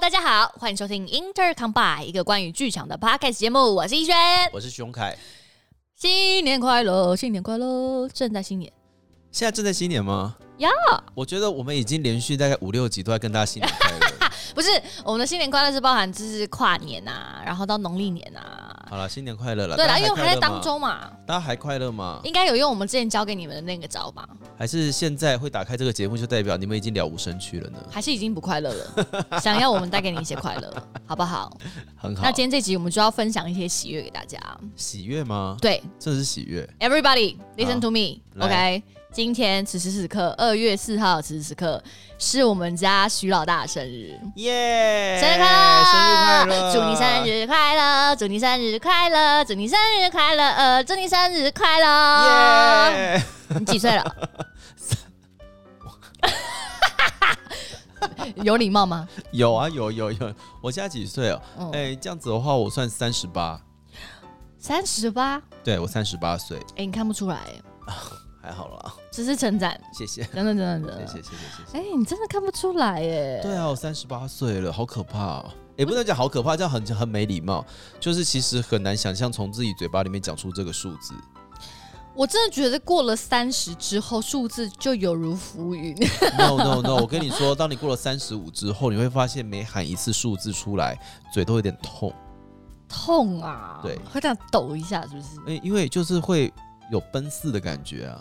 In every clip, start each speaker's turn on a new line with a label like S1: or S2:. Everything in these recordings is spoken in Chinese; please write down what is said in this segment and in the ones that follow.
S1: 大家好，欢迎收听 Inter Combine 一个关于剧场的 podcast 节目，我是一轩。
S2: 我是熊凯。
S1: 新年快乐，新年快乐，正在新年。
S2: 现在正在新年吗？
S1: 呀
S2: 我觉得我们已经连续大概五六集都在跟大家 新年快乐。
S1: 不是我们的新年快乐是包含就是跨年啊，然后到农历年啊。
S2: 好了，新年快乐了。
S1: 对
S2: 大
S1: 啦，
S2: 家
S1: 因为我们
S2: 快
S1: 还
S2: 乐
S1: 在
S2: 吗
S1: 当，中嘛，
S2: 大家还快乐吗？
S1: 应该有用我们之前教给你们的那个招吧？
S2: 还是现在会打开这个节目，就代表你们已经了无生趣了呢？
S1: 还是已经不快乐 了？想要我们带给你一些快乐，好不好？
S2: 很好。
S1: 那今天这集我们就要分享一些喜悦给大家。
S2: 喜悦吗？，
S1: 对
S2: 这是喜悦。
S1: ，Everybody listen
S2: 好
S1: to me，OK？、
S2: 来
S1: 今天此时此刻，二月四号此时此刻是我们家徐老大的生日。
S2: 耶！
S1: 生日快乐！
S2: 哎生日快乐！
S1: 祝你生！日快乐！祝你生日快乐！祝你生日快乐！呃，祝你生日快乐！
S2: 耶！
S1: 你几岁了？ 有礼貌吗？
S2: 有啊，有有有。我现在几岁哦？
S1: 嗯，
S2: 哎，这样子的话，我算三十八。
S1: 三十八。
S2: 对，我三十八岁，
S1: 哎，你看不出来，
S2: 还好啦。
S1: 只是称赞，
S2: 谢谢，
S1: 真的真的真
S2: 谢谢，谢
S1: 的。
S2: 谢，谢谢。
S1: 哎，你真的看不出来耶。
S2: 对啊，我三十八岁了，好可怕哦！也不能讲好可怕，这样很很没礼貌。就是其实很难想象从自己嘴巴里面讲出这个数字。
S1: 我真的觉得过了三十之后，数字就有如浮云。
S2: No no no！我跟你说，当你过了三十五之后，你会发现每喊一次数字出来，嘴都有点痛。
S1: 痛啊！
S2: 对
S1: 会这样抖一下，是不是？
S2: 诶，因为就是会有奔四的感觉啊。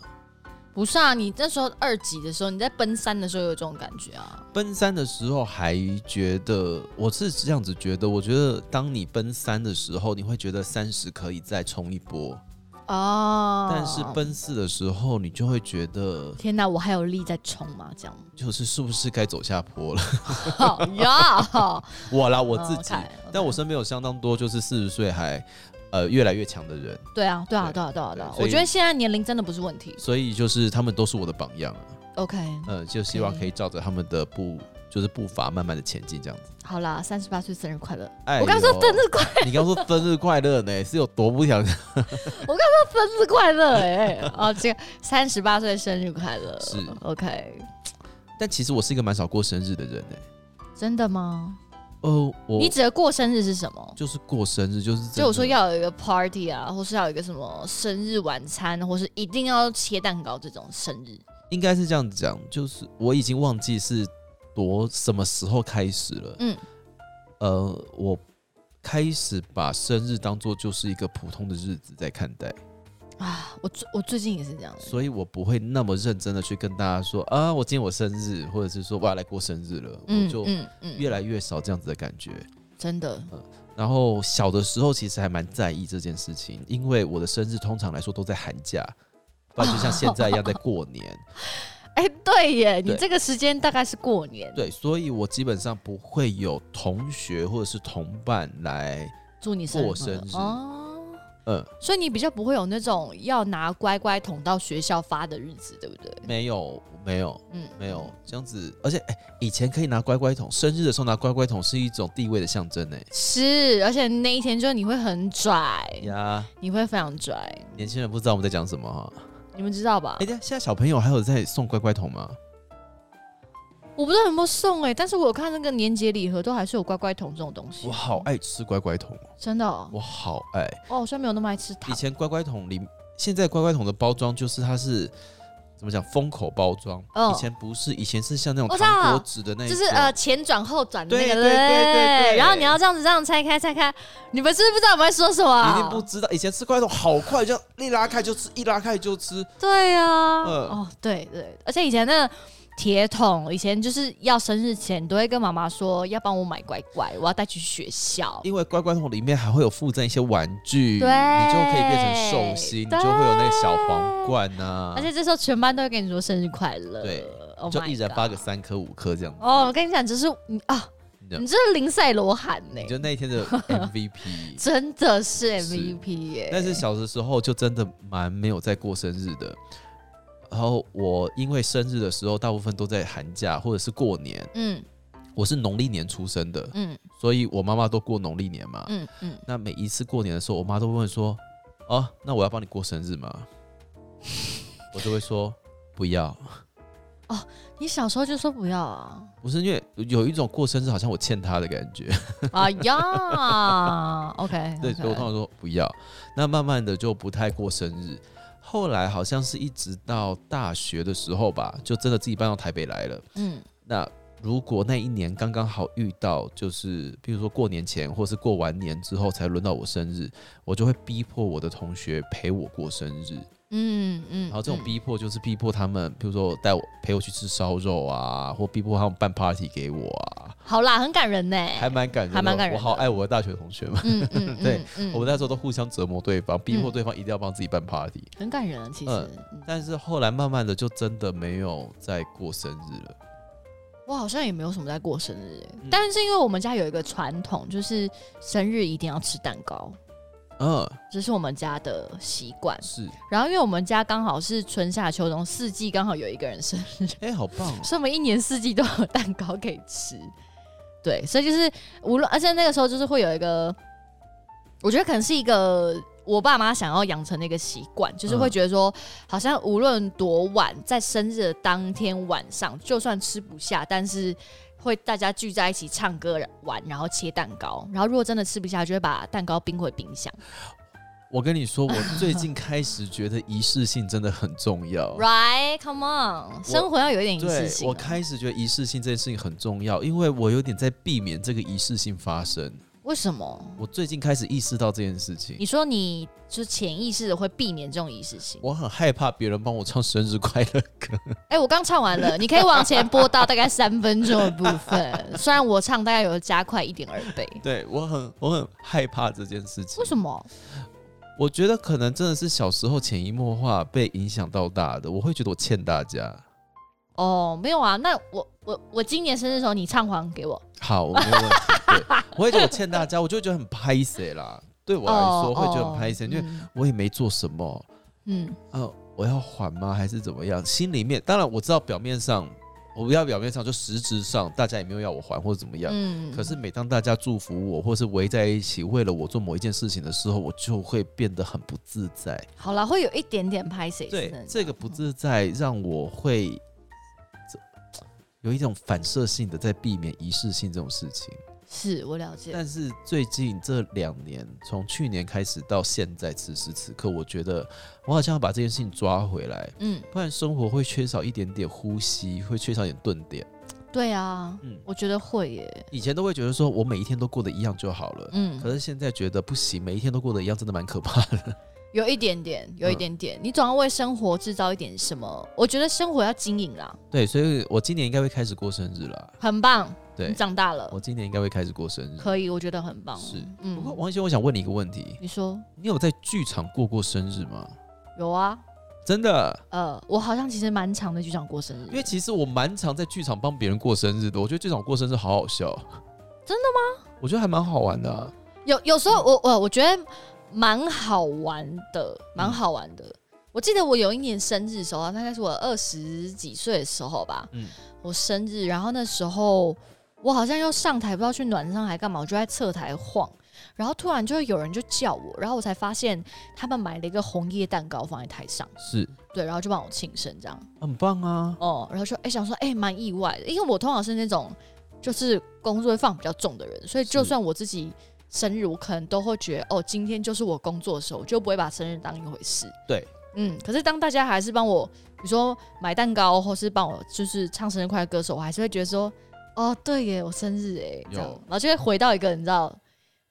S1: 不是啊，你那时候二级的时候，你在奔三的时候有这种感觉啊？
S2: 奔三的时候还觉得我是这样子觉得，我觉得当你奔三的时候，你会觉得三十可以再冲一波，
S1: 哦，
S2: 但是奔四的时候，你就会觉得
S1: 天哪，我还有力在冲吗？这样，
S2: 就是是不是该走下坡了？
S1: 好呀，
S2: 我啦，我自己，
S1: 嗯，OK，OK
S2: 但我身边有相当多就是四十岁还呃越来越强的人，
S1: 对啊，对啊，
S2: 对
S1: 对啊，对啊，对啊
S2: 对，所以
S1: 我觉得现在年龄真的不是问题。
S2: 所以就是他们都是我的榜样啊，
S1: OK，
S2: 呃，就希望可以照着他们的步就是步伐慢慢的前进这样子。
S1: 好啦，三十八岁生日快乐！
S2: 哎呦
S1: 我刚说生日快，
S2: 你刚说生日快乐呢，是有多不想？
S1: 生日快乐哎、哦，这个三十八岁生日快乐
S2: 是
S1: OK，
S2: 但其实我是一个蛮少过生日的人哎，
S1: 真的吗？
S2: 哦，我
S1: 你指的过生日是什么？
S2: 就是过生日就是真的
S1: 就我说要有一个 party 啊，或是要有一个什么生日晚餐，或是一定要切蛋糕这种生日。
S2: 应该是这样子讲，就是我已经忘记是多什么时候开始了。
S1: 嗯，
S2: 呃，我开始把生日当做就是一个普通的日子在看待，
S1: 啊，我最我最近也是这样欸的，
S2: 所以我不会那么认真的去跟大家说啊，我今天我生日，或者是说我要来过生日了，我就
S1: 嗯嗯
S2: 越来越少这样子的感觉。
S1: 真的
S2: 然后小的时候其实还蛮在意这件事情，因为我的生日通常来说都在寒假，不然就像现在一样在过年。
S1: 哎、对耶，你
S2: 对
S1: 这个时间大概是过年，
S2: 对，所以我基本上不会有同学或者是同伴来，
S1: 祝你生日
S2: 过
S1: 快乐
S2: 生日
S1: 哦。
S2: 嗯，
S1: 所以你比较不会有那种要拿乖乖桶到学校发的日子，对不对？
S2: 没有，没有，
S1: 嗯，
S2: 没有这样子。而且，哎、以前可以拿乖乖桶，生日的时候拿乖乖桶是一种地位的象征欸呢。
S1: 是，而且那一天就你会很拽，
S2: 哎呀，
S1: 你会非常拽，
S2: 年轻人不知道我们在讲什么哈。
S1: 你们知道吧？
S2: 哎、对，现在小朋友还有在送乖乖桶吗？
S1: 我不知道有没有送哎、但是我有看那个年节礼盒都还是有乖乖桶这种东西。
S2: 我好爱吃乖乖桶哦，
S1: 真的哦，
S2: 我好爱。
S1: 哦，我虽然没有那么爱吃
S2: 以
S1: 糖，
S2: 前乖乖桶里，现在乖乖桶的包装就是它是。怎么讲？封口包装，
S1: 嗯
S2: 以前不是，以前是像那种
S1: 我知道
S2: 糖果纸的那一
S1: 就
S2: 种，
S1: 是呃前转后转的那个，
S2: 对对对对对
S1: 然后你要这样子这样拆开拆开，你们是不是不知道我们在说什么啊？
S2: 一定不知道，以前吃乖头好快，就一拉开就吃，一拉开就吃。
S1: 对呀、
S2: 嗯
S1: 哦对对，而且以前那个铁桶，以前就是要生日前都会跟妈妈说要帮我买乖乖，我要带去学校。
S2: 因为乖乖桶里面还会有附赠一些玩具，
S1: 对
S2: 你就可以变成寿星，你
S1: 对
S2: 就会有那个小皇冠呐、
S1: 而且这时候全班都会跟你说生日快乐，
S2: 呃对
S1: oh、
S2: 就一人发个。三颗五颗这样子。
S1: 哦，我跟你讲，只是你啊，
S2: 你
S1: 你
S2: 就
S1: 这是林赛罗欸韩呢、
S2: 你就那一 天的 MVP。
S1: 真的是
S2: 是
S1: MVP 耶、
S2: 但是小的时候就真的蛮没有在过生日的。然后我因为生日的时候大部分都在寒假或者是过年，
S1: 嗯
S2: 我是农历年出生的，
S1: 嗯
S2: 所以我妈妈都过农历年嘛。
S1: 嗯嗯，
S2: 那每一次过年的时候，我妈都会问说：“哦，那我要帮你过生日吗？”我就会说：“不要。”
S1: 你小时候就说不要 啊？
S2: 不是因为有一种过生日好像我欠他的感觉，
S1: 啊呀，OK，
S2: 对，所以我通常说不要。那慢慢的就不太过生日，后来好像是一直到大学的时候吧，就真的自己搬到台北来了。
S1: 嗯，
S2: 那如果那一年刚刚好遇到，就是比如说过年前或是过完年之后才轮到我生日，我就会逼迫我的同学陪我过生日。
S1: 嗯嗯，
S2: 然后这种
S1: 嗯，
S2: 逼迫就是逼迫他们，比如说带我陪我去吃烧肉啊，或逼迫他们办 party 给我啊，
S1: 好啦，很感人呢，
S2: 还蛮感人的，
S1: 哎还蛮感人
S2: 我
S1: 的
S2: 好爱我的大学同学们，
S1: 嗯嗯
S2: 对，
S1: 嗯
S2: 我们那时候都互相折磨对方，逼迫
S1: 嗯
S2: 对方一定要帮自己办 party。
S1: 很感人，其实，嗯
S2: 但是后来慢慢的就真的没有再过生日了。
S1: 我好像也没有什么在过生日欸，
S2: 嗯
S1: 但是因为我们家有一个传统，就是生日一定要吃蛋糕，
S2: 嗯，
S1: 这是我们家的习惯。
S2: 是，
S1: 然后因为我们家刚好是春夏秋冬四季，刚好有一个人生日，
S2: 哎、好棒、哦。
S1: 所以我们一年四季都有蛋糕可以吃。 对，所以就是无论，而且那个时候就是会有一个，我觉得可能是一个我爸妈想要养成的一个习惯，就是会
S2: 嗯
S1: 觉得说，好像无论多晚，在生日的当天晚上，就算吃不下，但是会大家聚在一起唱歌玩，然后切蛋糕，然后如果真的吃不下，就会把蛋糕冰回冰箱。
S2: 我跟你说，我最近开始觉得仪式性真的很重要。
S1: Right, come on，生活要有一点仪式
S2: 哦对，
S1: 性啊。
S2: 我开始觉得仪式性这件事情很重要，因为我有点在避免这个仪式性发生。
S1: 为什么？
S2: 我最近开始意识到这件事情
S1: 你，说你就潜意识的会避免这种仪式性。
S2: 我很害怕别人帮我唱生日快乐歌。
S1: 哎、我刚唱完了，你可以往前播到大概三分钟的部分。虽然我唱大概有加快一点二 倍，
S2: 对我很我很害怕这件事情。
S1: 为什
S2: 么？
S1: 么？
S2: 我觉得可能真的是小时候潜移默化被影响到大的，我会觉得我欠大家。
S1: 哦，没有啊。那我我我今年生日的时候，你唱还给我。
S2: 好，我没有问题。对，我会觉得我欠大家，我就会觉得很拍谁啦。对我来说，会觉得很拍谁，因为
S1: 嗯
S2: 我也没做什么。
S1: 嗯
S2: 呃，哦我要还吗？还是怎么样？心里面当然我知道，表面上我不要表面上，就实质上大家也没有要我还或者怎么样。
S1: 嗯
S2: 可是每当大家祝福我，或是围在一起为了我做某一件事情的时候，我就会变得很不自在。
S1: 好啦，会有一点点拍谁？
S2: 对
S1: 真的，
S2: 这个不自在让我会这有一种反射性的在避免仪式性这种事情。
S1: 是我了解。
S2: 但是最近这两年，从去年开始到现在，此时此刻，我觉得我好像要把这件事情抓回来，
S1: 嗯，
S2: 不然生活会缺少一点点呼吸，会缺少一点顿点。
S1: 对啊，
S2: 嗯，
S1: 我觉得会耶。
S2: 以前都会觉得说我每一天都过得一样就好了，
S1: 嗯
S2: 可，是现在觉得不行，每一天都过得一样，真的蛮可怕的。
S1: 有一点点，
S2: 嗯
S1: 有一点点，你总要为生活制造一点什么。我觉得生活要经营啦，
S2: 对，所以我今年应该会开始过生日了。
S1: 很棒。
S2: 对
S1: 你，长大了
S2: 我，今年应该会开始过生日。
S1: 可以，我觉得很棒。
S2: 是不过
S1: 嗯，
S2: 王一轩，我想问你一个问题：
S1: 你说
S2: 你有在剧场过过生日吗？
S1: 有啊？
S2: 真的，
S1: 呃，我好像其实蛮常在剧场过生
S2: 因为
S1: 日，
S2: 其实我蛮常在剧场帮别人过生日的，我觉得剧场过生日好好笑。
S1: 真嗯
S2: 的吗？我觉得还蛮好玩的啊、
S1: 有有时候我我我觉得蛮好玩的，蛮好玩的。
S2: 嗯
S1: 我记得我有一年生日的时候啊，大概是我二十几岁的时候吧，
S2: 嗯
S1: 我生日，然后那时候我好像要上台，不知道去暖上还干嘛，我就在侧台晃，然后突然就有人就叫我，然后我才发现他们买了一个红叶蛋糕放在台上，
S2: 是
S1: 对，然后就帮我庆生这样。
S2: 很棒啊。
S1: 哦，然后说，哎、想说，哎、蛮意外的，因为我通常是那种就是工作会放比较重的人，所以就是算我自己生日，我可能都会觉得，哦，今天就是我工作的时候，我就不会把生日当一回事。
S2: 对，
S1: 嗯，可是当大家还是帮我，比如说买蛋糕，或是帮我就是唱生日快乐歌手，我还是会觉得说，哦，对耶，我生日哎，这样
S2: 有，
S1: 然后就会回到一个你知道，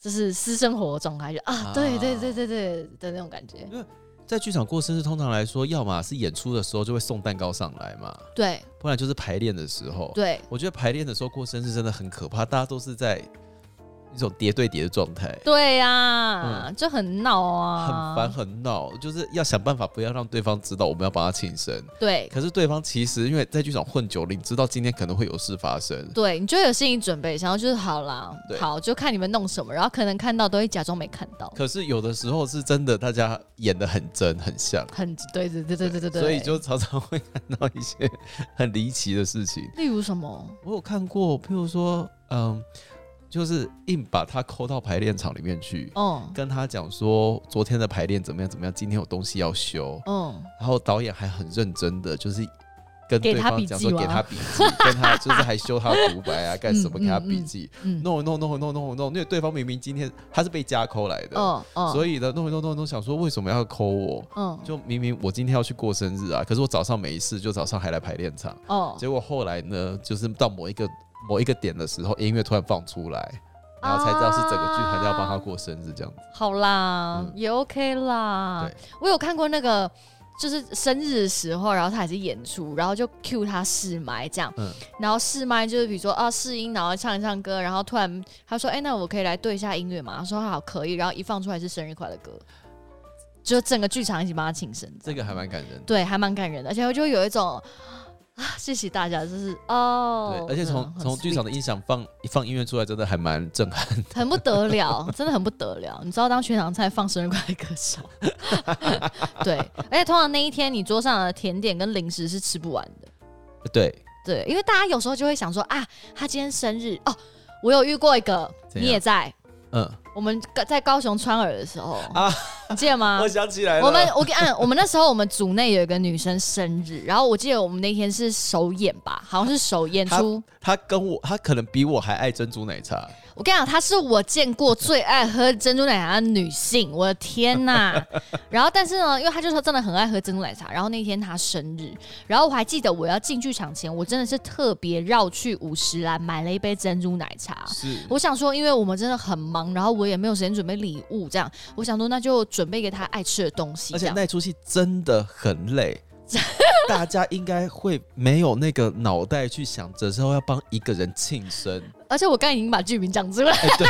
S1: 就是私生活的状态，就啊
S2: 啊，
S1: 对对对对对的那种感觉。
S2: 在剧场过生日，通常来说，要么是演出的时候就会送蛋糕上来嘛，
S1: 对
S2: 不然就是排练的时候。
S1: 对，
S2: 我觉得排练的时候过生日真的很可怕，大家都是在一种叠对叠的状态，
S1: 对呀、就很闹啊，
S2: 嗯很烦很闹，就是要想办法不要让对方知道我们要帮他庆生。
S1: 对
S2: 可是对方其实因为在剧场混久了，你知道今天可能会有事发生。
S1: 对，你就有心理准备，然后就是好啦
S2: 对，
S1: 好就看你们弄什么，然后可能看到都会假装没看到，
S2: 可是有的时候是真的，大家演的很真很像，
S1: 很对对对对对对对，
S2: 所以就常常会看到一些很离奇的事情。
S1: 例如什么
S2: 我有看过，譬如说，嗯，就是硬把他抠到排练场里面去，
S1: 嗯
S2: 跟他讲说昨天的排练怎么样怎么样，今天有东西要修，
S1: 嗯
S2: 然后导演还很认真的，就是跟
S1: 给
S2: 对
S1: 他
S2: 方
S1: 笔
S2: 讲
S1: 记
S2: 说给
S1: 吗
S2: 他笔记，跟他就是还修他的独 白啊，干什么
S1: 嗯
S2: 给他
S1: 嗯
S2: 笔
S1: 嗯
S2: 记
S1: 嗯，
S2: ，no no no no no no，因为对方明明今天他是被加扣来的，
S1: 嗯嗯，以
S2: 所以呢 no no no no 想说为什么要扣我？
S1: 嗯
S2: 就明明我今天要去过生日啊，可是我早上没事，就早上还来排练场。
S1: 哦，
S2: 结果后来呢，就是到某一个某一个点的时候，音乐突然放出来，然后才知道是整个剧团要帮他过生日这样子。
S1: 好啦，
S2: 嗯
S1: 也 OK 啦
S2: 对。
S1: 我有看过那个，就是生日的时候，然后他也是演出，然后就 cue 他试麦这样，
S2: 嗯
S1: 然后试麦就是比如说啊试音，然后唱一唱歌，然后突然他说：“哎、那我可以来对一下音乐嘛？”他说：“好，可以。”然后一放出来是生日快乐歌，就整个剧场一起帮他庆生，
S2: 这个还蛮感人的。
S1: 对，还蛮感人的，而且我就有一种。啊，谢谢大家，就是哦，
S2: 对，而且从
S1: 很
S2: 从剧场的
S1: sweet
S2: 音响放一放音乐出来，真的还蛮震撼。
S1: 很不得了， 真的很不得了。你知道当学长菜放生日快乐歌手， 对，而且通常那一天你桌上的甜点跟零食是吃不完的，
S2: 对，
S1: 对，因为大家有时候就会想说啊，他今天生日哦，我有遇过一个，
S2: 怎样
S1: 你也在，
S2: 嗯，
S1: 我们在高雄川耳的时候
S2: 啊
S1: 你记得吗？
S2: 想起来
S1: 我们我跟嗯， 我们那时候我们组内有一个女生生日，然后我记得我们那天是首演吧，好像是首演
S2: 她
S1: 出。
S2: 他跟我，他可能比我还爱珍珠奶茶。
S1: 我跟你讲，她是我见过最爱喝珍珠奶茶的女性，我的天呐！ 然后，但是呢，因为她就说真的很爱喝珍珠奶茶。然后那天她生日，然后我还记得我要进剧场前，我真的是特别绕去五十兰买了一杯珍珠奶茶。
S2: 是，
S1: 我想说，因为我们真的很忙，然后我也没有时间准备礼物，这样我想说那就准备给她爱吃的东西。
S2: 而
S1: 这
S2: 且
S1: 样。
S2: 那出戏真的 很累，大家应该会没有那个脑袋去想着之后要帮一个人庆 生。
S1: 而且我刚才已经把剧名讲出来，
S2: 哎、对，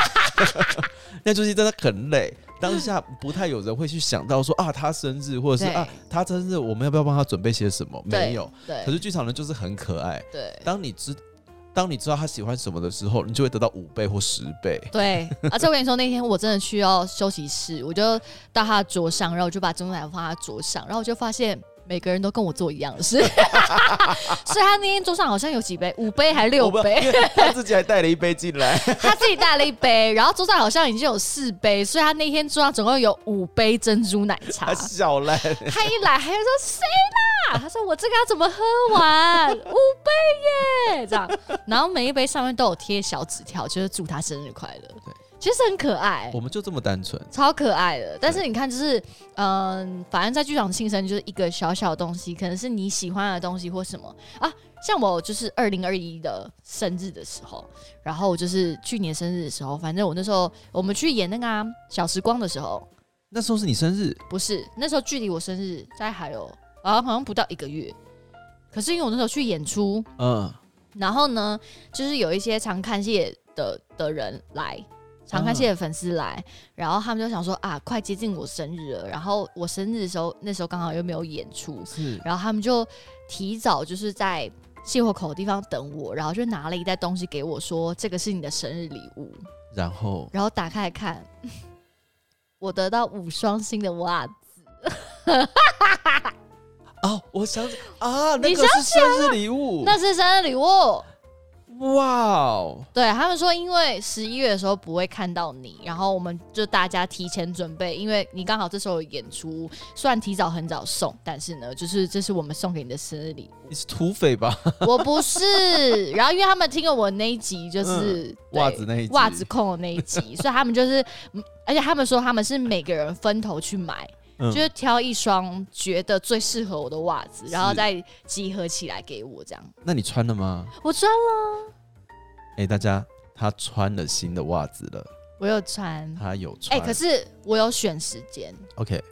S2: 那就是真的很累。当下不太有人会去想到说啊，他生日，或者是
S1: 对
S2: 啊，他生日，我们要不要帮他准备些什么？
S1: 对
S2: 没有。可
S1: 对
S2: 是剧场人就是很可爱。
S1: 对
S2: 当你知当你知道他喜欢什么的时候，你就会得到五倍或十倍。
S1: 对，而且我跟你说，那天我真的去到休息室，我就到他的桌上，然后我就把珍珠奶茶放在他桌上，然后我就发现。每个人都跟我做一样的事， 所以他那天桌上好像有几杯，五杯还是六
S2: 我不
S1: 杯，
S2: 因为他自己还带了一杯进来，
S1: 他自己带了一杯，然后桌上好像已经有四杯，所以他那天桌上总共有五杯珍珠奶茶
S2: 他。笑烂。
S1: 他一来，他就说谁啦？他说我这个要怎么喝完？五杯耶，这样。然后每一杯上面都有贴小纸条，就是祝他生日快乐。
S2: 对，
S1: 其实很可爱
S2: 我，们就这么单纯。
S1: 超可爱的。但是你看，就是嗯、反正在剧场庆生就是一个小小的东西，可能是你喜欢的东西或什么啊。像我就是二零二一的生日的时候，然后我就是去年生日的时候，反正我那时候我们去演那个、啊《小时光》的时候，
S2: 那时候是你生日，
S1: 不是，那时候距离我生日大概还有啊，好像不到一个月。可是因为我那时候去演出，
S2: 嗯，
S1: 然后呢，就是有一些常看戏的的人来，常看戏的粉丝来，然后他们就想说啊，快接近我生日了。然后我生日的时候，那时候刚好又没有演出，
S2: 是
S1: 然后他们就提早就是在卸货口的地方等我，然后就拿了一袋东西给我说，这个是你的生日礼物。
S2: 然后
S1: 然后打开来看， 我得到五双新的袜子。
S2: 哦，我想起啊，那
S1: 你
S2: 个是生日礼物，
S1: 那是生日礼物。
S2: 哇哦，
S1: 对他们说，因为十一月的时候不会看到你，然后我们就大家提前准备，因为你刚好这时候有演出，虽然提早很早送，但是呢，就是这是我们送给你的生日礼
S2: 你是土匪吧？
S1: 物。我不 是，然后因为他们听了我那一集，就是对
S2: 嗯袜子那一集
S1: 袜子控的那一集，所以他们就是，嗯而且他们说他们是每个人分头去买，
S2: 嗯
S1: 就是挑一双觉得最适合我的袜子，然后
S2: 是
S1: 再集合起来给我这样。
S2: 那你穿了吗？
S1: 我穿了，
S2: 哎、大家，他穿了新的袜子了，
S1: 我有穿。
S2: 他有
S1: 哎、
S2: 穿。
S1: 可是我有选时间，
S2: OK，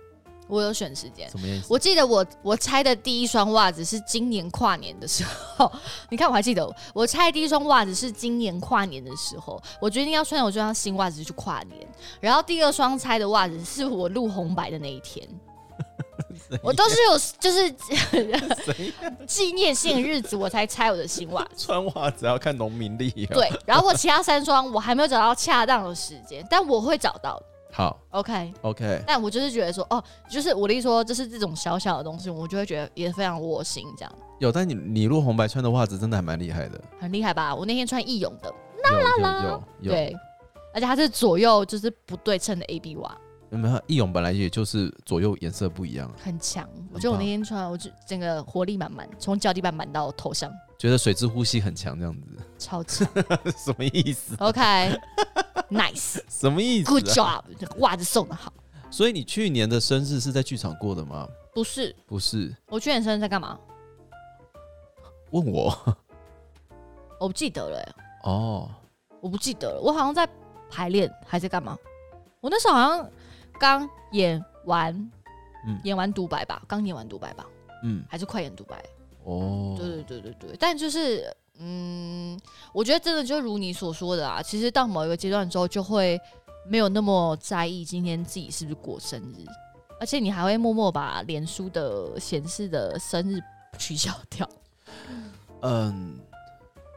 S1: 我有选时间。
S2: 什么意思？
S1: 我记得我我拆的第一双袜子是今年跨年的时候， 你看我还记得我拆的第一双袜子是今年跨年的时候，我决定要穿我这双新袜子去跨年。然后第二双拆的袜子是我录红白的那一天，我都是有就是
S2: 谁
S1: 纪念性日子我才拆我的新袜 子。
S2: 穿袜子要看农民力、哦。，
S1: 对，然后我其他三双我还没有找到恰当的时间，但我会找到的。
S2: 好
S1: OK，
S2: ，OK，
S1: 但我就是觉得说，哦，就是我的意思说，就是这种小小的东西，我就会觉得也非常窝心，这样
S2: 有，但你你录红白穿的袜子真的还蛮厉害的，
S1: 很厉害吧？我那天穿义勇的，
S2: 有有有有，
S1: 对，而且它是左右就是不对称的 A B 袜，
S2: 有没有义勇本来也就是左右颜色不一样啊，
S1: 很强。我觉得我那
S2: 棒
S1: 天穿完，我就整个活力满满，从脚底板满到头上，
S2: 觉得水之呼吸很强这样子，
S1: 超强。
S2: 什么意思？
S1: OK，Nice，Good、
S2: 什么意思、啊？
S1: job，这个袜子送的好。
S2: 所以你去年的生日是在剧场过的吗？
S1: 不是，
S2: 不是，
S1: 我去年生日在干嘛？
S2: 问我
S1: 我不记得了、欸，
S2: 哦，
S1: 我不记得了，我好像在排练还是干嘛？我那时候好像刚演完，
S2: 嗯
S1: 演完独白吧，刚演完独白吧，
S2: 嗯，
S1: 还是快演独白？
S2: 哦，
S1: 对对对对对，但就是嗯，我觉得真的就如你所说的啊，其实到某一个阶段之后，就会没有那么在意今天自己是不是过生日，而且你还会默默把脸书的显示的生日取消掉。
S2: 嗯，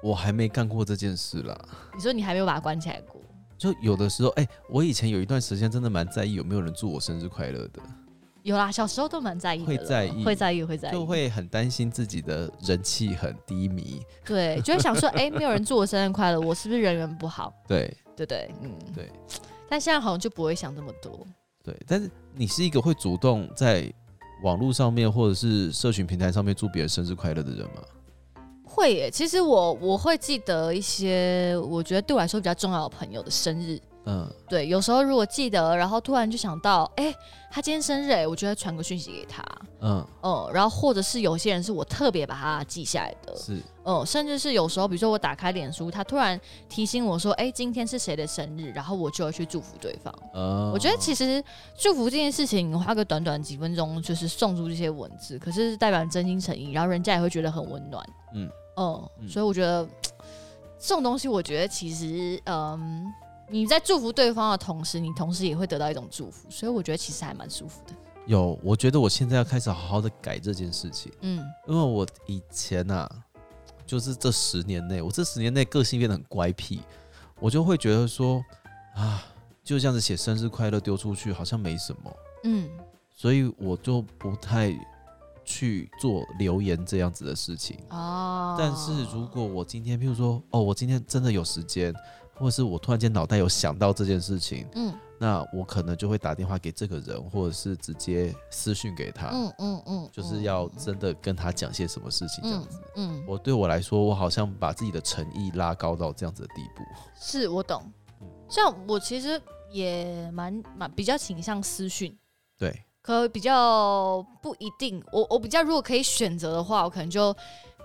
S2: 我还没干过这件事啦。
S1: 你说你还没有把它关起来过？
S2: 就有的时候，哎、我以前有一段时间真的蛮在意有没有人祝我生日快乐的，
S1: 有啦，小时候都蛮在意的
S2: 会
S1: 啦，
S2: 在意
S1: 会在意，会在意，
S2: 就会很担心自己的人气很低迷。
S1: 对，就会想说，哎、没有人祝我生日快乐，我是不是人缘不好？
S2: 对
S1: 对不对？嗯，
S2: 对。
S1: 但现在好像就不会想这么多，
S2: 对，但是你是一个会主动在网络上面或者是社群平台上面祝别人生日快乐的人吗？
S1: 会耶。其实我我会记得一些我觉得对我来说比较重要的朋友的生日。
S2: 嗯，
S1: 对，有时候如果记得，然后突然就想到，哎、他今天生日，哎，我就会传个讯息给他。
S2: 嗯，
S1: 嗯，然后或者是有些人是我特别把他记下来的，
S2: 是，
S1: 嗯，甚至是有时候，比如说我打开脸书，他突然提醒我说，哎、今天是谁的生日，然后我就会去祝福对方。
S2: 呃，
S1: 我觉得其实祝福这件事情，花个短短几分钟，就是送出这些文字，可是代表你真心诚意，然后人家也会觉得很温暖。
S2: 嗯
S1: 嗯，
S2: 嗯
S1: 所以我觉得嘖这种东西，我觉得其实，嗯，你在祝福对方的同时，你同时也会得到一种祝福，所以我觉得其实还蛮舒服的。
S2: 有，我觉得我现在要开始好好的改这件事情，
S1: 嗯，
S2: 因为我以前呐、啊，就是这十年内，我这十年内个性变得很乖僻，我就会觉得说啊，就这样子写生日快乐丢出去好像没什么，
S1: 嗯，
S2: 所以我就不太去做留言这样子的事情。
S1: 哦，
S2: 但是如果我今天，譬如说，哦，我今天真的有时间，或者是我突然间脑袋有想到这件事情，
S1: 嗯
S2: 那我可能就会打电话给这个人，或者是直接私讯给他，
S1: 嗯嗯嗯，
S2: 啊就是要真的跟他讲些什么事情这样子。
S1: 嗯，嗯
S2: 我对我来说，我好像把自己的诚意拉高到这样子的地步。
S1: 是我懂。
S2: 嗯
S1: 像我其实也蛮蛮比较倾向私讯。
S2: 对，
S1: 可比较不一定，我我比较如果可以选择的话，我可能就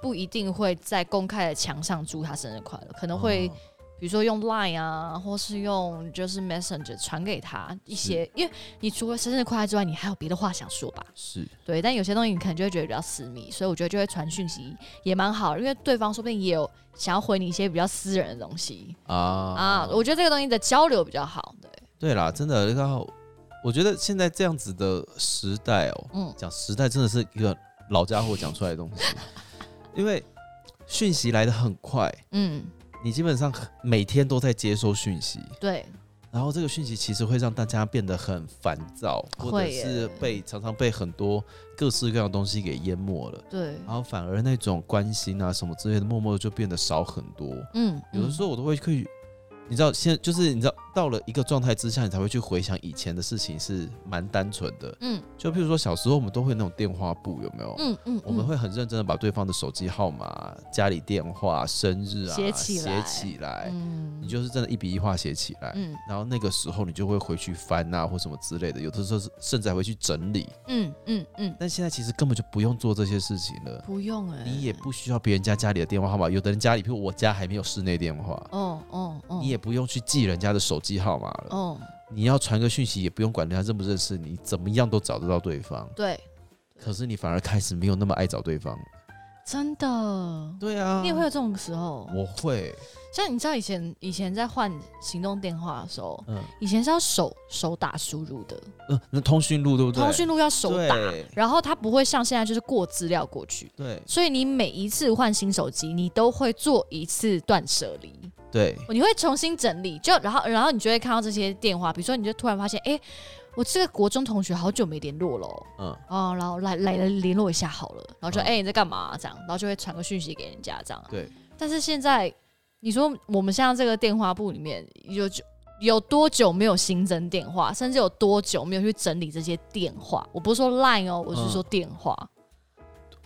S1: 不一定会在公开的墙上祝他生日快乐，可能会、
S2: 哦
S1: 比如说用 Line 啊，或是用就是 Messenger 传给他一些，因为你除了生日快乐之外，你还有别的话想说吧？
S2: 是
S1: 对，但有些东西你可能就会觉得比较私密，所以我觉得就会传讯息也蛮好，因为对方说不定也有想要回你一些比较私人的东西
S2: 啊
S1: 啊，我觉得这个东西的交流比较好，对，
S2: 对啦，真的，然后我觉得现在这样子的时代哦、
S1: 嗯
S2: 讲时代真的是一个老家伙讲出来的东西，因为讯息来的很快，
S1: 嗯，
S2: 你基本上很每天都在接收讯息，
S1: 对，
S2: 然后这个讯息其实会让大家变得很烦躁，或者
S1: 会耶
S2: 是被常常被很多各式各样的东西给淹没了，
S1: 对，
S2: 然后反而那种关心啊什么之类的，默默地就变得少很多。
S1: 嗯，
S2: 有的时候我都会去，你知道，现在就是你知道，到了一个状态之下，你才会去回想以前的事情是蛮单纯的。
S1: 嗯，
S2: 就譬如说小时候我们都会那种电话簿，有没有？
S1: 嗯嗯嗯，
S2: 我们会很认真的把对方的手机号码、家里电话、生日啊
S1: 写起来
S2: 写起来
S1: 嗯，
S2: 你就是真的一笔一画写起来。
S1: 嗯
S2: 然后那个时候你就会回去翻啊，或什么之类的，有的时候是甚至还会去整理。
S1: 嗯嗯嗯，
S2: 但现在其实根本就不用做这些事情了，
S1: 不用哎、
S2: 你也不需要别人家家里的电话号码。有的人家里，譬如我家还没有室内电话，
S1: 哦哦哦，
S2: 你也不用去记人家的手机号码了。
S1: 哦，
S2: 你要传个讯息，也不用管人家认不认识你，怎么样都找得到对方。
S1: 对，
S2: 可是你反而开始没有那么爱找对方。
S1: 真的，
S2: 对啊，
S1: 你也会有这种时候。
S2: 我会，
S1: 像你知道以前以前在换行动电话的时候，
S2: 嗯
S1: 以前是要手手打输入的，
S2: 嗯，那通讯录对不对？
S1: 通讯录要手打，
S2: 对
S1: 然后它不会像现在就是过资料过去。
S2: 对
S1: 所以你每一次换新手机，你都会做一次断舍离，
S2: 对
S1: 你会重新整理，就然后然后你就会看到这些电话，比如说你就突然发现，哎、我这个国中同学好久没联络了哦、
S2: 嗯，
S1: 哦，然后来来来联络一下好了，然后就
S2: 嗯
S1: 哎、你在干嘛啊、这样，然后就会传个讯息给人家这样。啊
S2: 对，
S1: 但是现在你说我们像这个电话簿里面有就有多久没有新增电话，甚至有多久没有去整理这些电话？我不是说 Line 哦，我是
S2: 嗯
S1: 说电话，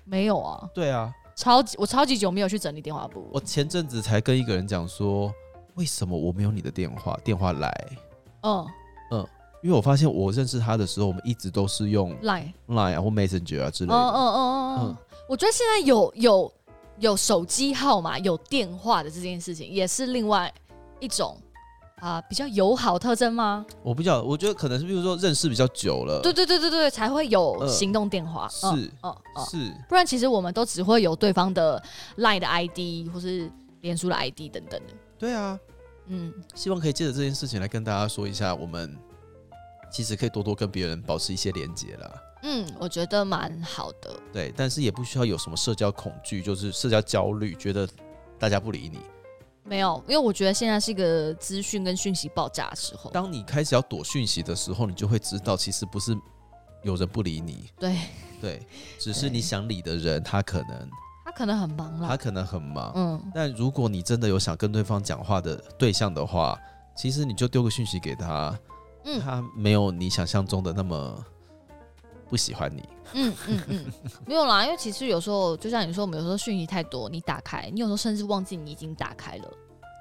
S1: 没有啊，
S2: 对啊，
S1: 超级我超级久没有去整理电话簿
S2: 我，前阵子才跟一个人讲说，为什么我没有你的电话？电话来，
S1: 嗯
S2: 因为我发现我认识他的时候，我们一直都是用
S1: ，Line，
S2: Line 啊或 Messenger 啊之类
S1: 嗯
S2: 的。
S1: 嗯嗯嗯嗯，我觉得现在有有有手机号码、有电话的这件事情，也是另外一种啊、比较友好特征吗？
S2: 我不晓得，我觉得可能是比如说认识比较久了，
S1: 对对对对对，才会有
S2: 呃
S1: 行动电话，
S2: 是
S1: 嗯嗯嗯，
S2: 是，
S1: 不然其实我们都只会有对方的 Line 的 ID 或是脸书的 ID 等等的，
S2: 对啊。
S1: 嗯，
S2: 希望可以借着这件事情来跟大家说一下，我们其实可以多多跟别人保持一些连接啦。
S1: 嗯，我觉得蛮好的。
S2: 对，但是也不需要有什么社交恐惧，就是社交焦虑，觉得大家不理你。
S1: 没有，因为我觉得现在是一个资讯跟讯息爆炸的时候。
S2: 当你开始要躲讯息的时候，你就会知道，其实不是有人不理你，
S1: 对
S2: 对，只是
S1: 对
S2: 你想理的人，他可能
S1: 他可能很忙
S2: 他
S1: 啦，
S2: 可能很忙。
S1: 嗯，
S2: 但如果你真的有想跟对方讲话的对象的话，其实你就丢个讯息给他，
S1: 嗯
S2: 他没有你想象中的那么不喜欢你。
S1: 嗯嗯嗯，没有啦，因为其实有时候就像你说，我们有时候讯息太多，你打开，你有时候甚至忘记你已经打开了，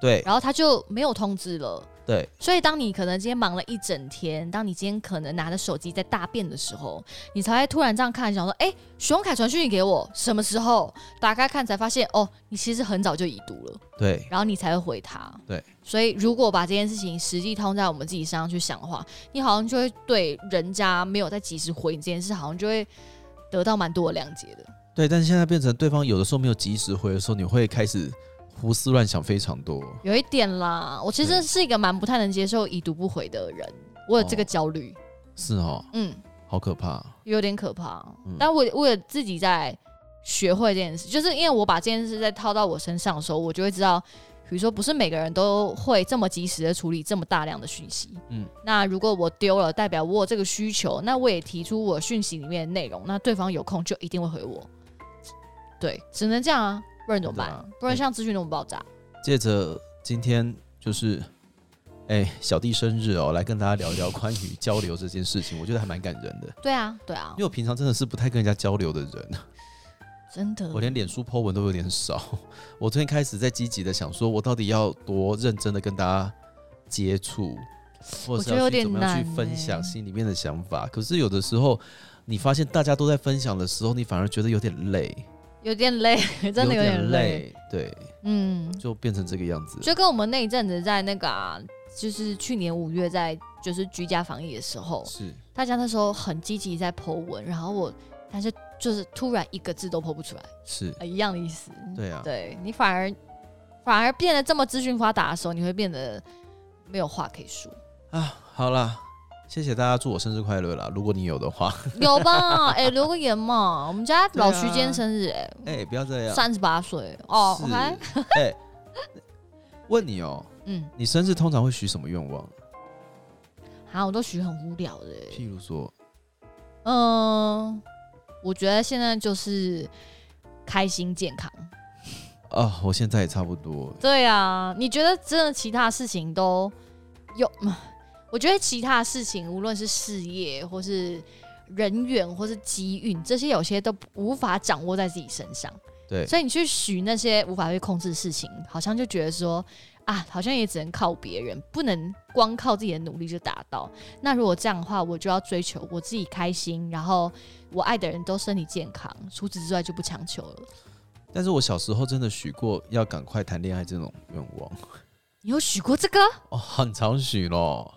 S2: 对
S1: 然后他就没有通知了。
S2: 对，
S1: 所以，当你可能今天忙了一整天，当你今天可能拿着手机在大便的时候，你才会突然这样看，想说：“哎、徐荣凯传讯息给我，什么时候？”打开看才发现，哦，你其实很早就已读了。
S2: 对，
S1: 然后你才会回他。
S2: 对，
S1: 所以如果把这件事情实际套在我们自己身上去想的话，你好像就会对人家没有在及时回你这件事，好像就会得到蛮多的谅解的。
S2: 对，但是现在变成对方有的时候没有及时回的时候，你会开始胡思乱想非常多。
S1: 有一点啦，我其实
S2: 对
S1: 是一个蛮不太能接受已读不回的人，我有这个
S2: 哦
S1: 焦虑，
S2: 是哦，
S1: 嗯，
S2: 好可怕。
S1: 有点可怕。
S2: 嗯
S1: 但我我也自己在学会这件事，就是因为我把这件事在套到我身上的时候，我就会知道。比如说，不是每个人都会这么及时的处理这么大量的讯息，
S2: 嗯，
S1: 那如果我丢了，代表我有这个需求，那我也提出我讯息里面的内容，那对方有空就一定会回我。对，只能这样啊，不然怎么办？
S2: 真的啊
S1: 不然像资讯那么爆炸。
S2: 借着今天就是，哎、小弟生日哦，来跟大家聊一聊关于交流这件事情，我觉得还蛮感人的。
S1: 对啊，对啊
S2: 因为，我平常真的是不太跟人家交流的人，
S1: 真的。
S2: 我连脸书 po 文都有点少。我最近开始在积极的想，说我到底要多认真的跟大家接触，或
S1: 我
S2: 者是
S1: 觉得有
S2: 要去
S1: 点
S2: 怎么样去
S1: 难
S2: 分
S1: 欸
S2: 享心里面的想法。可是有的时候，你发现大家都在分享的时候，你反而觉得有点累，
S1: 有点累， 真的有
S2: 点
S1: 点累。
S2: 对，
S1: 嗯，
S2: 就变成这个样子。
S1: 就跟我们那一阵子在那个啊，就是去年五月在就是居家防疫的时候，
S2: 是
S1: 大家那时候很积极在 Po 文，然后我但是就是突然一个字都 Po 不出来，
S2: 是，
S1: 呃一样的意思。
S2: 对啊，
S1: 对你反而反而变得这么资讯发达的时候，你会变得没有话可以 说，
S2: 啊，好啦，谢谢大家，祝我生日快乐啦！如果你有的话，
S1: 有吧？哎、留个言嘛，我们家老徐
S2: 对
S1: 今
S2: 啊
S1: 天生日、哎、
S2: 哎、不要这样，
S1: 三十八岁哦
S2: 是
S1: ，OK，
S2: 哎、 问你哦，
S1: 嗯，
S2: 你生日通常会许什么愿望？
S1: 好，我都许很无聊的、哎
S2: 譬如说，
S1: 嗯、我觉得现在就是开心健康。
S2: 啊，我现在也差不多，
S1: 对啊，你觉得真的其他事情都有？嗯我觉得其他事情，无论是事业或是人缘或是机运，这些有些都无法掌握在自己身上，
S2: 对，
S1: 所以你去许那些无法被控制的事情，好像就觉得说啊，好像也只能靠别人，不能光靠自己的努力就达到。那如果这样的话，我就要追求我自己开心，然后我爱的人都身体健康，除此之外就不强求了。
S2: 但是我小时候真的许过要赶快谈恋爱这种愿望，
S1: 你有许过这个？
S2: 哦，很常许咯。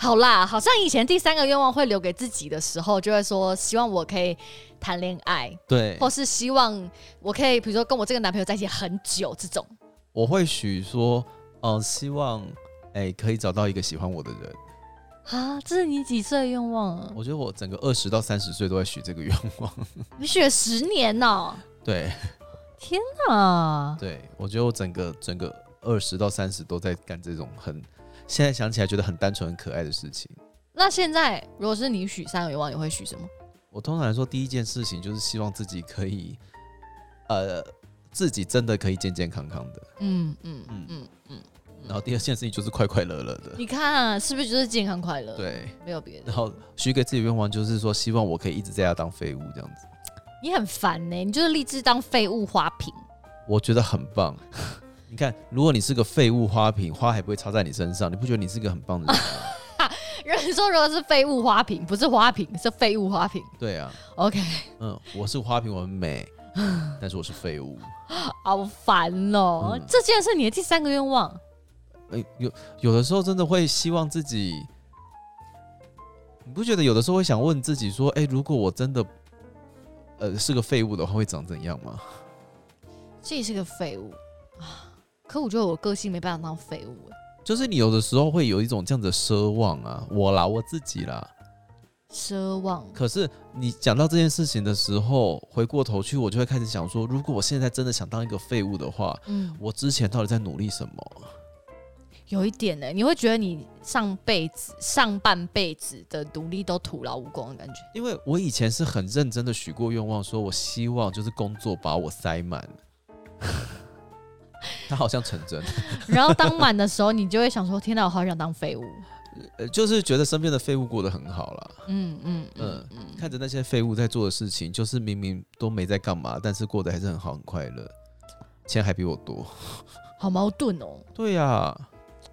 S1: 好啦，好像以前第三个愿望会留给自己的时候，就会说希望我可以谈恋爱，
S2: 对，
S1: 或是希望我可以，比如说跟我这个男朋友在一起很久这种。
S2: 我会许说，呃，希望哎、可以找到一个喜欢我的人。
S1: 啊，这是你几岁的愿望啊？
S2: 我觉得我整个二十到三十岁都在许这个愿望。
S1: 你许了十年哦呢、
S2: 对
S1: 啊，
S2: 对，我觉得我整个整个二十到三十都在干这种很，现在想起来觉得很单纯很可爱的事情。
S1: 那现在如果是你许三个愿望，你会许什么？
S2: 我通常来说，第一件事情就是希望自己可以，呃，自己真的可以健健康康的。
S1: 嗯嗯
S2: 嗯
S1: 嗯嗯，
S2: 然后第二件事情就是快快乐乐的，
S1: 你看、啊是不是就是健康快乐？，
S2: 对。
S1: 没有别的
S2: 然。后许给自己愿望就是说，希望我可以一直在家当废物这样子，
S1: 你很烦呢、你就是立志当废物花 瓶。
S2: 我觉得很棒。你看，如果你是个废物花瓶，花还不会插在你身上，你不觉得你是个很棒的人吗？
S1: 有人说，如果是废物花瓶，不是花瓶，是废物花瓶。
S2: 对啊，
S1: OK，
S2: 嗯，我是花瓶，我很美，但是我是废物。
S1: 好烦哦、
S2: 嗯
S1: 这竟然是你的第三个愿望，
S2: 哎、有有的时候真的会希望自己，你不觉得有的时候会想问自己说，哎、如果我真的，呃，是个废物的话，会长怎样吗？
S1: 这也是个废物啊！可我觉得我个性没办法当废物、欸，
S2: 就是你有的时候会有一种这样子的奢望啊，我啦，我自己啦。
S1: 奢望。
S2: 可是你讲到这件事情的时候，回过头去，我就会开始想说，如果我现在真的想当一个废物的话，
S1: 嗯，
S2: 我之前到底在努力什么？
S1: 有一点呢、你会觉得你上辈子、上半辈子的努力都徒劳无功的感觉。
S2: 因为我以前是很认真的许过愿望，说我希望就是工作把我塞满。 他好像成真，
S1: 然后当满的时候，你就会想说：“天哪，我好想当废物。
S2: 呃，就是觉得身边的废物过得很好啦。
S1: 嗯”嗯嗯
S2: 嗯，看着那些废物在做的事情，就是明明都没在干嘛，但是过得还是很好，很快乐，钱还比我多。
S1: 好矛盾哦、
S2: 对啊呀、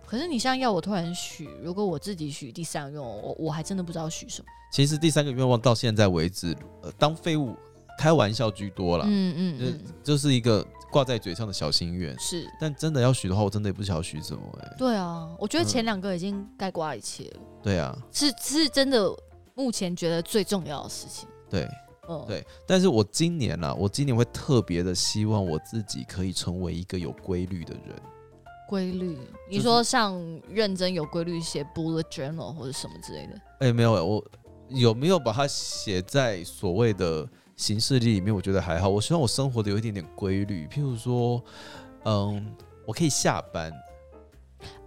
S1: 可是你现在要我突然许，如果我自己许第三个愿望，我我还真的不知道许什么。
S2: 其实第三个愿望到现在为止，呃，当废物开玩笑居多啦，
S1: 嗯嗯嗯，
S2: 就是一个挂在嘴上的小心愿。
S1: 是
S2: 但真的要许的话，我真的也不晓得许什么哎、
S1: 对啊，我觉得前两个已经盖刮一切了，
S2: 对啊，
S1: 是是真的，目前觉得最重要的事情。
S2: 对。
S1: 嗯，
S2: 对，但是我今年啦，我今年会特别的希望我自己可以成为一个有规律的人。
S1: 规律，你
S2: 就是
S1: 说像认真有规律写 bullet journal 或者什么之类的，
S2: 哎、没有、我有没有把它写在所谓的行事历里面？我觉得还好。我希望我生活的有一点点规律，譬如说，嗯，我可以下班，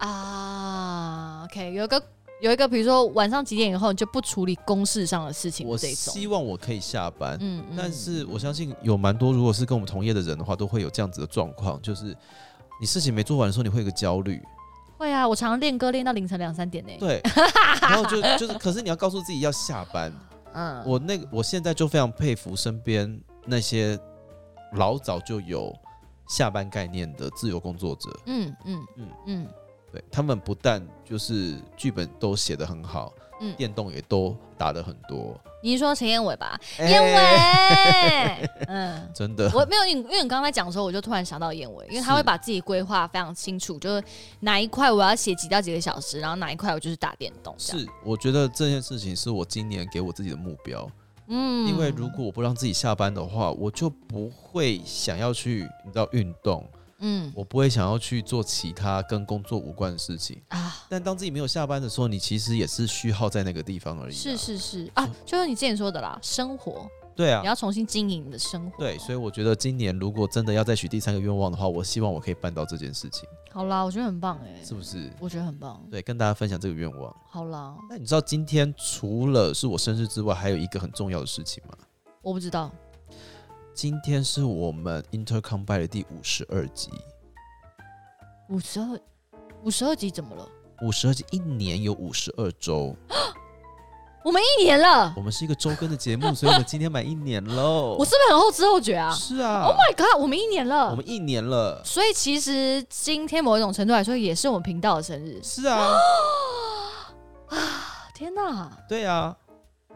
S1: 啊，OK，有一个有一个，比如说晚上几点以后你就不处理公事上的事情
S2: 我
S1: 这种，
S2: 希望我可以下班。
S1: 嗯
S2: 但是我相信有蛮多，如果是跟我们同业的人的话，都会有这样子的状况，就是你事情没做完的时候，你会有一个焦虑，
S1: 会啊，我常常练歌练到凌晨两三点呢、，
S2: 对，然后就就是，可是你要告诉自己要下班，
S1: 嗯，
S2: 我那个，我现在就非常佩服身边那些老早就有下班概念的自由工作者，
S1: 嗯嗯嗯
S2: 嗯
S1: 嗯
S2: 对他们不但就是剧本都写得很好，
S1: 嗯
S2: 电动也都打得很多，
S1: 你是说陈燕伟吧？
S2: 哎
S1: 燕伟， 嗯。
S2: 真的，
S1: 我没有，因为因为你刚才讲的时候，我就突然想到燕尾，因为他
S2: 是
S1: 会把自己规划非常清楚，就是哪一块我要写几到几个小时，然后哪一块我就是打电动这样。
S2: 是我觉得这件事情是我今年给我自己的目标，
S1: 嗯
S2: 因为如果我不让自己下班的话，我就不会想要去，你知道运动，
S1: 嗯
S2: 我不会想要去做其他跟工作无关的事情。
S1: 啊，
S2: 但当自己没有下班的时候，你其实也是虚耗在那个地方而已、嗯
S1: 是，是是啊，就是你之前说的啦，生活
S2: 对啊
S1: 你，要重新经营你的生活。
S2: 对，所以我觉得今年如果真的要再许第三个愿望的话，我希望我可以办到这件事情，
S1: 好啦，我觉得很棒哎，
S2: 是不是？
S1: 我觉得很棒。
S2: 对，跟大家分享这个愿望。
S1: 好啦，
S2: 那你知道今天除了是我生日之外，还有一个很重要的事情吗？
S1: 我不知道
S2: 今天是我们 Intercom by 的第五十二集，
S1: 五十二五十二集怎么了？
S2: 五十二集一年有五十二周，
S1: 一年了，
S2: 我们是一个周更的节目，所以我们今天满一年喽。
S1: 我是不是很后知后觉啊
S2: 是啊
S1: ？Oh my god，我们一年了
S2: 我。们一年了，
S1: 所以其实今天某一种程度来说，也是我们频道的生日。
S2: 是啊，
S1: 啊天哪，
S2: 对啊，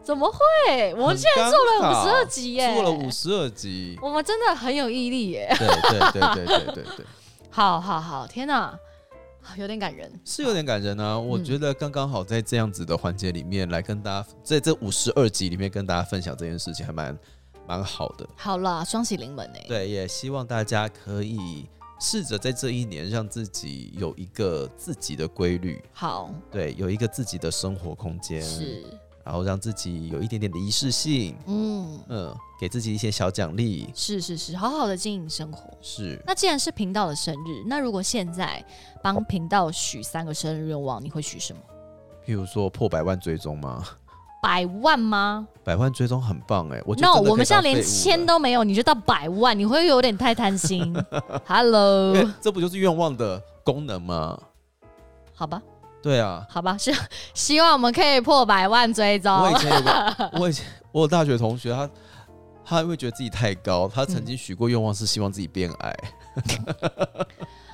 S1: 怎么会？我们现
S2: 在做
S1: 在做了五十二集耶，
S2: 做了五，十二集，
S1: 我们真的很有毅力耶。
S2: 对对对对对对 对，
S1: 好好好，天哪，有点感人。
S2: 是有点感人啊。我觉得刚刚好在这样子的环节里面来跟大家，在这五十二集里面跟大家分享这件事情，还蛮蛮好的。
S1: 好啦，双喜临门哎。
S2: 对，也希望大家可以试着在这一年让自己有一个自己的规律，
S1: 好，
S2: 对，有一个自己的生活空间，
S1: 是，
S2: 然后让自己有一点点的仪式性，
S1: 嗯，
S2: 嗯，给自己一些小奖励，
S1: 是是是，好好的经营生活。
S2: 是。
S1: 那既然是频道的生日，那如果现在帮频道许三个生日愿望，你会许什么？
S2: 譬如说破百万追踪吗？
S1: 百万吗？
S2: 百万追踪很棒哎、我觉得
S1: no，
S2: 真的可以
S1: 我们现在
S2: 当废
S1: 连
S2: 物
S1: 千
S2: 了
S1: 都没有，你就到百万，你会有点太贪心。Hello，
S2: 因为这不就是愿望的功能吗？
S1: 好吧，
S2: 对啊，
S1: 好吧，希希望我们可以破百万追
S2: 我
S1: 踪
S2: 以。前有个， 我以前我有大学同学，他他因为觉得自己太高，他
S1: 嗯
S2: 曾经许过愿望是希望自己变矮，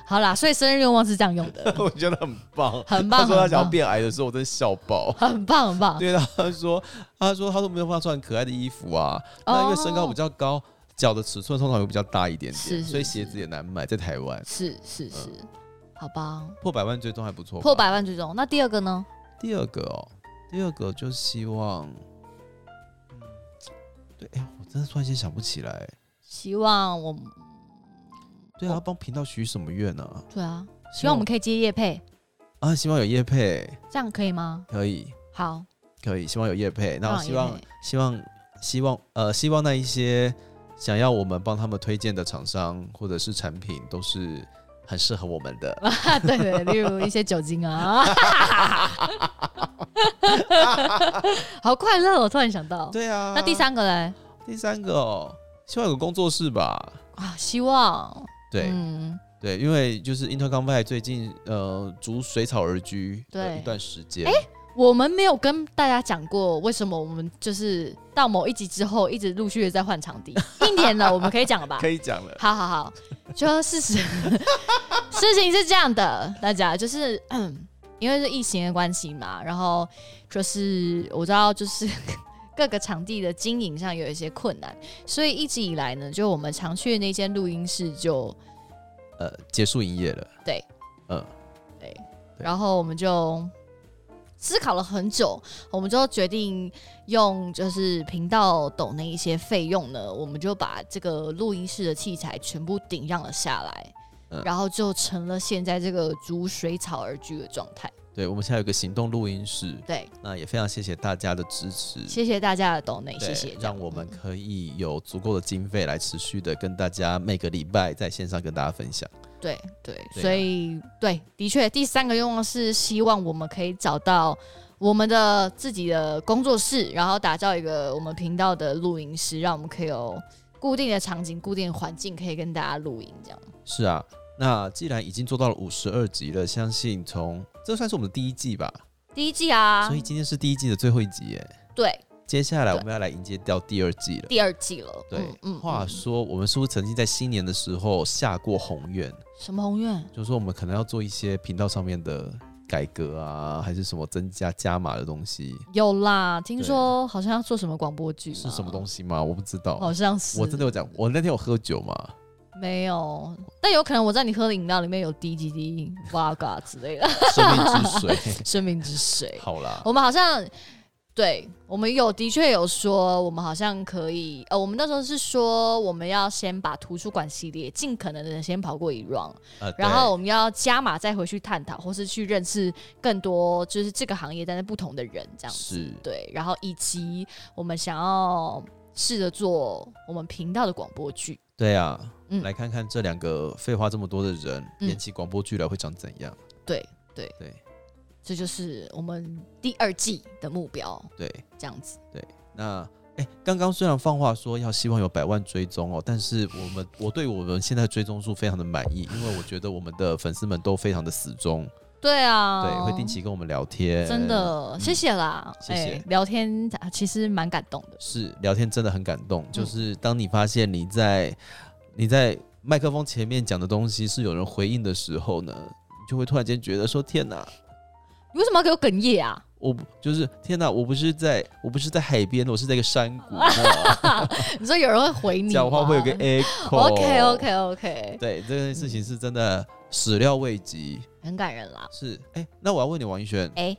S1: 好啦，所以生日愿望是这样用的，
S2: 我觉得很棒。
S1: 很
S2: 他
S1: 棒，哦
S2: 说他
S1: 很
S2: 想要
S1: 棒，
S2: 变矮的时候，我真的笑爆。
S1: 很棒，很棒。
S2: 对，他说，他说他都没有办法穿可爱的衣服啊，
S1: 哦
S2: 那因为身高比
S1: 较
S2: 较高，脚的尺寸通常会比较大一点
S1: 是
S2: 点，
S1: 是
S2: 所以鞋子也难买，在台湾
S1: 是是是，好吧，
S2: 嗯破百万追踪还不错吧。
S1: 破百万追踪。那第二个呢？
S2: 第二个哦，第二个就希望，嗯对，哎、我真的突然间想不起来。
S1: 希望我们
S2: 对
S1: 哦
S2: 啊，要帮频道许什么愿呢、啊？
S1: 对啊，希望我们可以接叶配，
S2: 啊，希望有叶配，
S1: 这样可以吗？
S2: 可以，
S1: 好，
S2: 可以，希望有叶配，然后希
S1: 希望有
S2: 望呃
S1: 业配，
S2: 希望，希望，呃，希望那一些想要我们帮他们推荐的厂商或者是产品都是很适合我们的。
S1: 对对，例如一些酒精啊，好快乐哦！突然想到，
S2: 对啊，
S1: 那第三个嘞
S2: 第三个哦，希望有个工作室吧。
S1: 啊，希望
S2: 对、
S1: 嗯，
S2: 对，因为就是 Intercom Pie 最近呃逐水草而居的
S1: 对
S2: 一段时间。
S1: 我们没有跟大家讲过为什么我们就是到某一集之后一直陆续的在换场地，一年了，我们可以 讲了吧？
S2: 以讲了。
S1: 好好好， 就事实 事情是这样的，大家就是 嗯因为是疫情的关系嘛，然后就是我知道就是 各个场地的经营上有一些困难，所以一直以来呢，就我们常去的那间录音室就
S2: 呃，结束营业了。
S1: 对，
S2: 嗯，
S1: 对，
S2: 对
S1: 然后我们就思考了很久，我们就决定用就是频道抖那一些费用呢，我们就把这个录音室的器材全部顶让了下来，
S2: 嗯
S1: 然后就成了现在这个逐水草而居的状态。
S2: 对，我们现在有个行动录音室，
S1: 对，
S2: 那也非常谢谢大家的支持，
S1: 谢谢大家的抖内，
S2: 嗯对
S1: 谢谢，
S2: 让我们可以有足够的经费来持续的跟大家每个礼拜在线上跟大家分享。
S1: 对对，
S2: 对啊
S1: 所以对，的确，第三个愿望是希望我们可以找到我们的自己的工作室，然后打造一个我们频道的录音室，让我们可以有固定的场景、固定的环境，可以跟大家录音这样。
S2: 是啊，那既然已经做到了五十二集了，相信从这算是我们的第一季吧，
S1: 第一季啊，
S2: 所以今天是第一季的最后一集耶。
S1: 对
S2: 接下来
S1: 对
S2: 我们要来迎接掉第二季了。
S1: 第二季了，
S2: 对
S1: 嗯，嗯
S2: 话
S1: 嗯
S2: 说我们是不是曾经在新年的时候下过宏愿？
S1: 什么宏愿？
S2: 就是说我们可能要做一些频道上面的改革啊，还是什么增加加码的东西，
S1: 有啦，听
S2: 对
S1: 说好像要做什么广播剧，
S2: 是什么东
S1: 西？
S2: 西吗？我不知道。
S1: 好像哦是，
S2: 我真的有讲，我那天有喝酒嘛？
S1: 没有，但有可能我在你喝的饮料里面有滴几滴 哇嘎之类的
S2: 生命之水。
S1: 生命之水。
S2: 好啦，
S1: 我们好像对我们有的确有说，我们好像可以，呃，我们那时候是说我们要先把图书馆系列尽可能的先跑过一 round，
S2: 呃，对
S1: 然后我们要加码再回去探讨，或是去认识更多就是这个行业但是不同的人这样子。
S2: 是
S1: 对，然后以及我们想要试着做我们频道的广播剧。
S2: 对啊，
S1: 嗯
S2: 来看看这两个废话这么多的人
S1: 嗯
S2: 演起广播剧来会长怎样？
S1: 对对
S2: 对，
S1: 这就是我们第二季的目标，
S2: 对，
S1: 这样子。
S2: 那。哎，刚刚虽然放话说要希望有百万追踪哦，但是我 们我对我们现在追踪数非常的满意，因为我觉得我们的粉丝们都非常的死忠，
S1: 对啊，
S2: 对，会定期跟我们聊天，
S1: 真的，谢谢啦，
S2: 呃嗯谢
S1: 哎
S2: 谢
S1: 聊天啊其实蛮感动的，
S2: 是聊天真的很感动，
S1: 嗯
S2: 就是当你发现你在你在麦克风前面讲的东西是有人回应的时候呢，你就会突然间觉得说天哪，
S1: 你为什么要给我哽咽 啊？
S2: 我不就是天哪，我不是在我不是在海边，我是在一个山谷呢，
S1: 你说有人会回 你哦
S2: 讲话会有个哦 echo。
S1: OK OK OK，
S2: 对，这件事情是真的始料未及。
S1: 很感人啦。
S2: 是，哎、那我要问你，王一轩，
S1: 哎、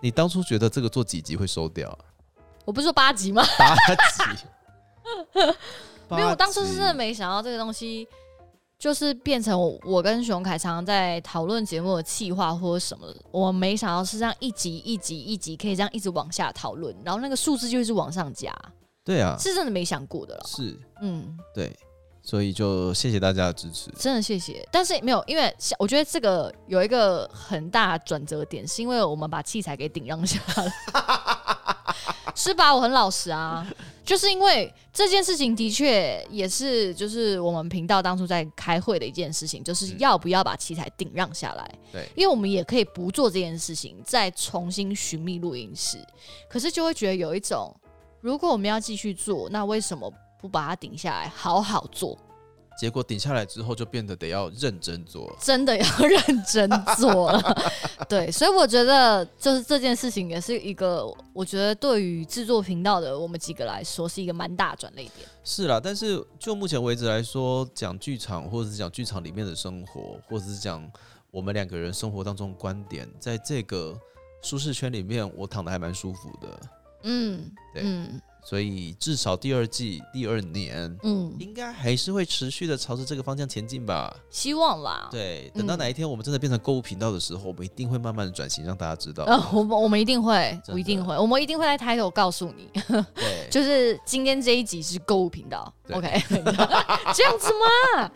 S2: 你当初觉得这个做几集会收掉啊？
S1: 我不是说八集吗？
S2: 八集？
S1: 没有，我当初是真的
S2: 没。
S1: 没想到这个东西。就是变成我，我跟熊凯常常在讨论节目的企划或者什么，我没想到是这样一集一集一集可以这样一直往下讨论，然后那个数字就一直往上加，
S2: 对啊，
S1: 是真的没想过的了。
S2: 是，
S1: 嗯，
S2: 对，所以就谢谢大家的支持。
S1: 真的谢谢，但是没有，因为像我觉得这个有一个很大的转折点，是因为我们把器材给顶让下来。是吧？我很老实啊，就是因为这件事情的确也是就是我们频道当初在开会的一件事情，就是要不要把器材顶让下来。
S2: 对
S1: 因为我们也可以不做这件事情，再重新寻觅录音室，可是就会觉得有一种，如果我们要继续做，那为什么不把它顶下来，好好做？
S2: 结果顶下来之后，就变得得要认真做。
S1: 真的要认真做了。 对，所以我觉得就是这件事情也是一个，我觉得对于制作频道的我们几个来说是一个蛮大的转捩点。
S2: 是啦，但是就目前为止来说，讲剧场或者是讲剧场里面的生活，或者是讲我们两个人生活当中的观点，在这个舒适圈里面，我躺的还蛮舒服的。
S1: 嗯，
S2: 对
S1: 嗯
S2: 所以至少第二季第二年，
S1: 嗯，
S2: 应该还是会持续的朝着这个方向前进吧。
S1: 希望啦。
S2: 对，等到哪一天我们真的变成购物频道的时候，我们一定会慢慢的转型，让大家知道。
S1: 呃，我们我们一定会，
S2: 真的
S1: 我一定会，我们一定会在抬头告诉 你，
S2: 对，
S1: 就是今天这一集是购物频道
S2: 对
S1: ，OK，这样子吗？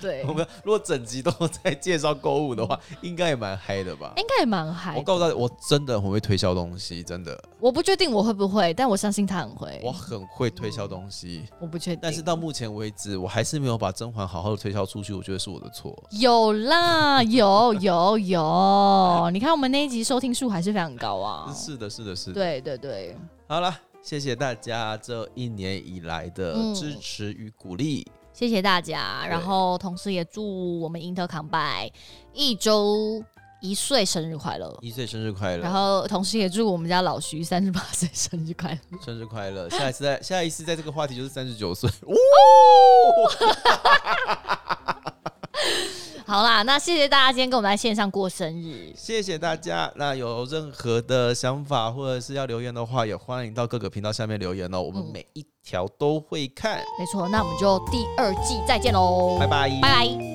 S1: 对，
S2: 我们如果整集都 在介绍购物的话，应该也蛮嗨的吧？
S1: 应该也蛮嗨
S2: 我
S1: 的。
S2: 告诉大家，我真的很会推销东西，真的，
S1: 我不确定我会不会，但我相信他很会。
S2: 我很会推销东西。
S1: 我不确定，
S2: 但是到目前为止，我还是没有把甄嬛好好的推销出去，我觉得是我的错。
S1: 有啦，有有有，你看我们那一集收听数还是非常高啊。
S2: 是的，是的，是的。
S1: 对对对，
S2: 好了，谢谢大家这一年以来的
S1: 嗯
S2: 支持与鼓励。
S1: 谢谢大家。然后同时也祝我们英特康拜一周一岁生日快乐。
S2: 一岁生日快
S1: 然
S2: 乐，
S1: 后同时也祝我们家老徐三十八岁生日快乐。
S2: 生日快乐！下一次再下一次在这个话题就是三十九岁。
S1: 好啦，那谢谢大家今天跟我们在线上过生日。
S2: 谢谢大家。那有任何的想法或者是要留言的话，也欢迎到各个频道下面留言哦，我们
S1: 嗯
S2: 每一条都会看。
S1: 没错，那我们就第二季再见喽，
S2: 拜拜，
S1: 拜拜。